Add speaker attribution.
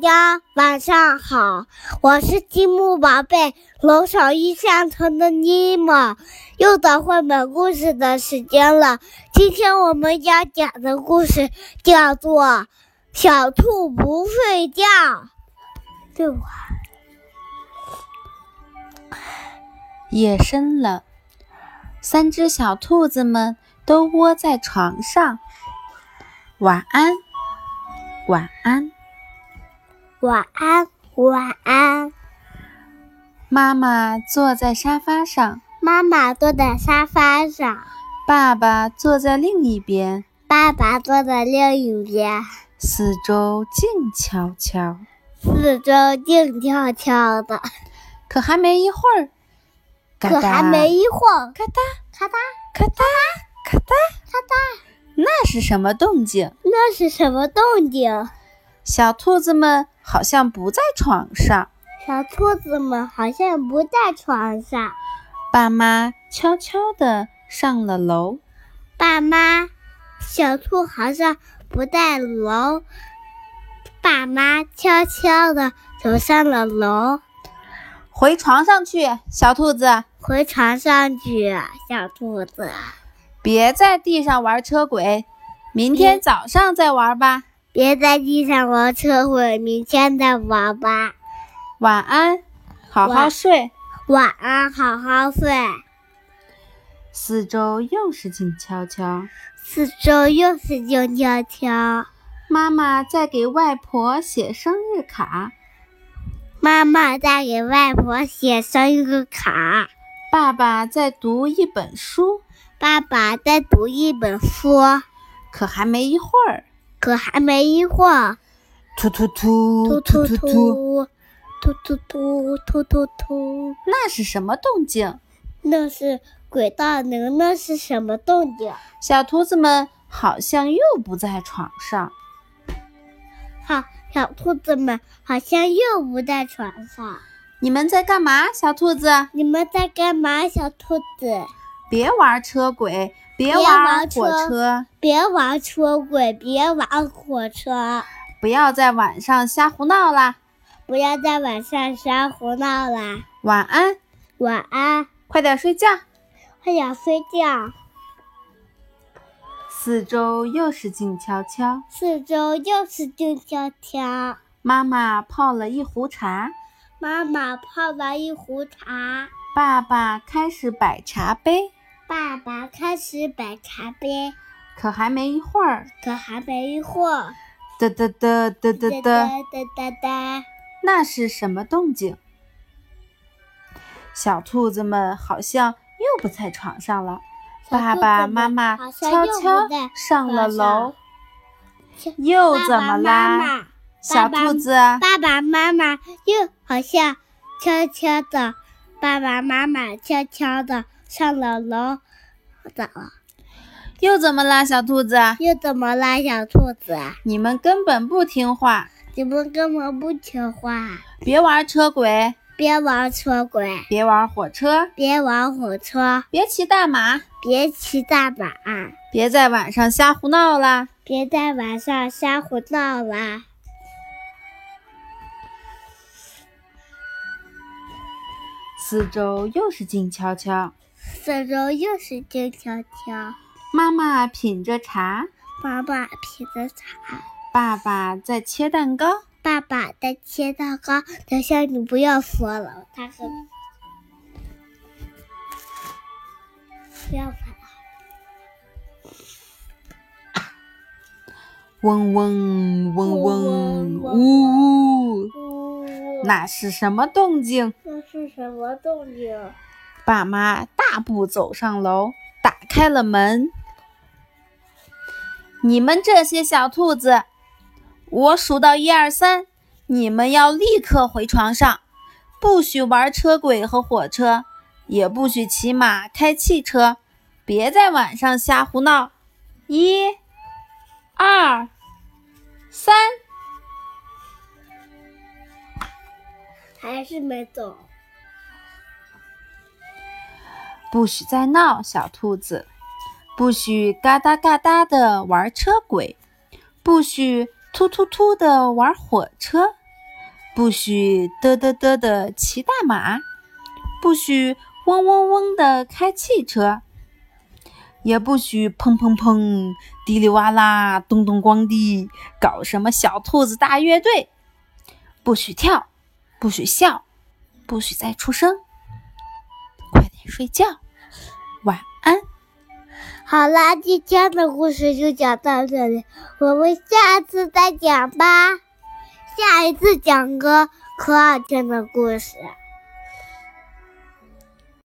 Speaker 1: 家晚上好，我是积木宝贝龙首印象城的尼莫，又到绘本故事的时间了。今天我们要讲的故事叫做《小兔不睡觉》。对我，
Speaker 2: 夜深了，三只小兔子们都窝在床上。晚安，晚安，
Speaker 1: 晚安，晚安。
Speaker 2: 妈妈坐在沙发上，
Speaker 1: 妈妈坐在沙发上，
Speaker 2: 爸爸坐在另一边，
Speaker 1: 爸爸坐在另一边，
Speaker 2: 四周静悄悄。
Speaker 1: 四周静悄悄的。
Speaker 2: 可还没一会儿，嘎
Speaker 1: 可还
Speaker 2: 哒
Speaker 1: 没一会儿，
Speaker 2: 嘎哒
Speaker 1: 咔嗒
Speaker 2: 咔哒咔哒，
Speaker 1: 咔嗒，
Speaker 2: 那是什么动静？
Speaker 1: 那是什么动静？
Speaker 2: 小兔子们好像不在床上。
Speaker 1: 小兔子们好像不在床上。
Speaker 2: 爸妈悄悄地上了楼。
Speaker 1: 爸妈，小兔好像不在楼。爸妈悄悄地走上了楼，
Speaker 2: 回床上去，小兔子，
Speaker 1: 回床上去。小兔子，
Speaker 2: 别在地上玩车轨，明天
Speaker 1: 别
Speaker 2: 早上再玩吧。
Speaker 1: 别在地上玩车会，明天再玩吧。
Speaker 2: 晚安，好好
Speaker 1: 晚
Speaker 2: 睡。
Speaker 1: 晚安，好好睡。
Speaker 2: 四周又是静悄悄，
Speaker 1: 四周又是静悄悄。
Speaker 2: 妈妈在给外婆写生日卡，
Speaker 1: 妈妈在给外婆写生日卡，
Speaker 2: 爸爸在读一本书。
Speaker 1: 爸爸在读一本书，
Speaker 2: 可还没一会儿，
Speaker 1: 可还没一会儿，
Speaker 2: 突突突
Speaker 1: 突突突
Speaker 2: 突突突，
Speaker 1: 突突突突突突，
Speaker 2: 那是什么动静？
Speaker 1: 那是鬼大能，那是什么动静？
Speaker 2: 小兔子们好像又不在床上。
Speaker 1: 好，小兔子们好像又不在床上。
Speaker 2: 你们在干嘛？小兔子，
Speaker 1: 你们在干嘛，小兔子？
Speaker 2: 别玩车轨，别
Speaker 1: 别
Speaker 2: 玩
Speaker 1: 玩
Speaker 2: 火
Speaker 1: 车
Speaker 2: 车
Speaker 1: 别玩车轨，别玩火车，
Speaker 2: 不要在晚上瞎胡闹啦！
Speaker 1: 不要在晚上瞎胡闹啦！
Speaker 2: 晚安，
Speaker 1: 晚安，
Speaker 2: 快点睡觉。
Speaker 1: 快点睡觉。
Speaker 2: 四周又是静悄悄，
Speaker 1: 四周又是静悄悄。
Speaker 2: 妈妈泡了一壶茶，
Speaker 1: 妈妈泡了一壶茶，
Speaker 2: 爸爸开始摆茶杯。
Speaker 1: 爸爸开始摆茶杯，
Speaker 2: 可还没一会儿，
Speaker 1: 可还没一会儿，
Speaker 2: 哒哒哒哒哒
Speaker 1: 哒
Speaker 2: 哒，
Speaker 1: 哒哒哒，
Speaker 2: 那是什么动静？小兔子们好像又不在床上了。
Speaker 1: 小兔子
Speaker 2: 爸
Speaker 1: 们
Speaker 2: 爸妈妈
Speaker 1: 好像
Speaker 2: 悄
Speaker 1: 又不
Speaker 2: 悄
Speaker 1: 在
Speaker 2: 上了
Speaker 1: 床上
Speaker 2: 楼，
Speaker 1: 切
Speaker 2: 又
Speaker 1: 爸
Speaker 2: 怎
Speaker 1: 爸
Speaker 2: 么
Speaker 1: 妈
Speaker 2: 啦？
Speaker 1: 妈爸
Speaker 2: 小
Speaker 1: 爸
Speaker 2: 兔子，啊
Speaker 1: 爸爸妈妈又好像悄悄的，爸爸妈妈悄悄的上了楼。咋了？
Speaker 2: 又怎么啦？小兔子，啊
Speaker 1: 又怎么啦，小兔子？
Speaker 2: 你们根本不听话，
Speaker 1: 你们根本不听话，
Speaker 2: 别玩车轨，
Speaker 1: 别玩车轨，
Speaker 2: 别玩火车，
Speaker 1: 别玩火车。
Speaker 2: 别骑大马，
Speaker 1: 别骑大马，
Speaker 2: 别在晚上瞎胡闹啦！
Speaker 1: 别在晚上瞎胡闹啦！
Speaker 2: 四周又是静悄悄，
Speaker 1: 四周又是静悄悄，
Speaker 2: 妈妈品着茶，
Speaker 1: 妈妈品着茶，
Speaker 2: 爸爸在切蛋糕，
Speaker 1: 爸爸在切蛋糕。等下你不要说了，他很不要烦了。
Speaker 2: 嗡嗡嗡
Speaker 1: 嗡
Speaker 2: 嗡，
Speaker 1: 嗡嗡
Speaker 2: 呜呜，
Speaker 1: 呜，
Speaker 2: 那是什么动静？
Speaker 1: 那是什么动静？
Speaker 2: 爸妈大步走上楼，打开了门。你们这些小兔子，我数到一二三，你们要立刻回床上，不许玩车轨和火车，也不许骑马、开汽车，别在晚上瞎胡闹。一、二、三，
Speaker 1: 还是没走。
Speaker 2: 不许再闹，小兔子，不许嘎哒嘎哒的玩车轨，不许突突突的玩火车，不许嘚嘚嘚的骑大马，不许嗡嗡嗡的开汽车，也不许砰砰砰、滴里哇啦、咚咚咣地搞什么小兔子大乐队，不许跳，不许笑，不许再出声，快点睡觉，晚安。
Speaker 1: 好啦，今天的故事就讲到这里，我们下次再讲吧。下一次讲个可好听的故事。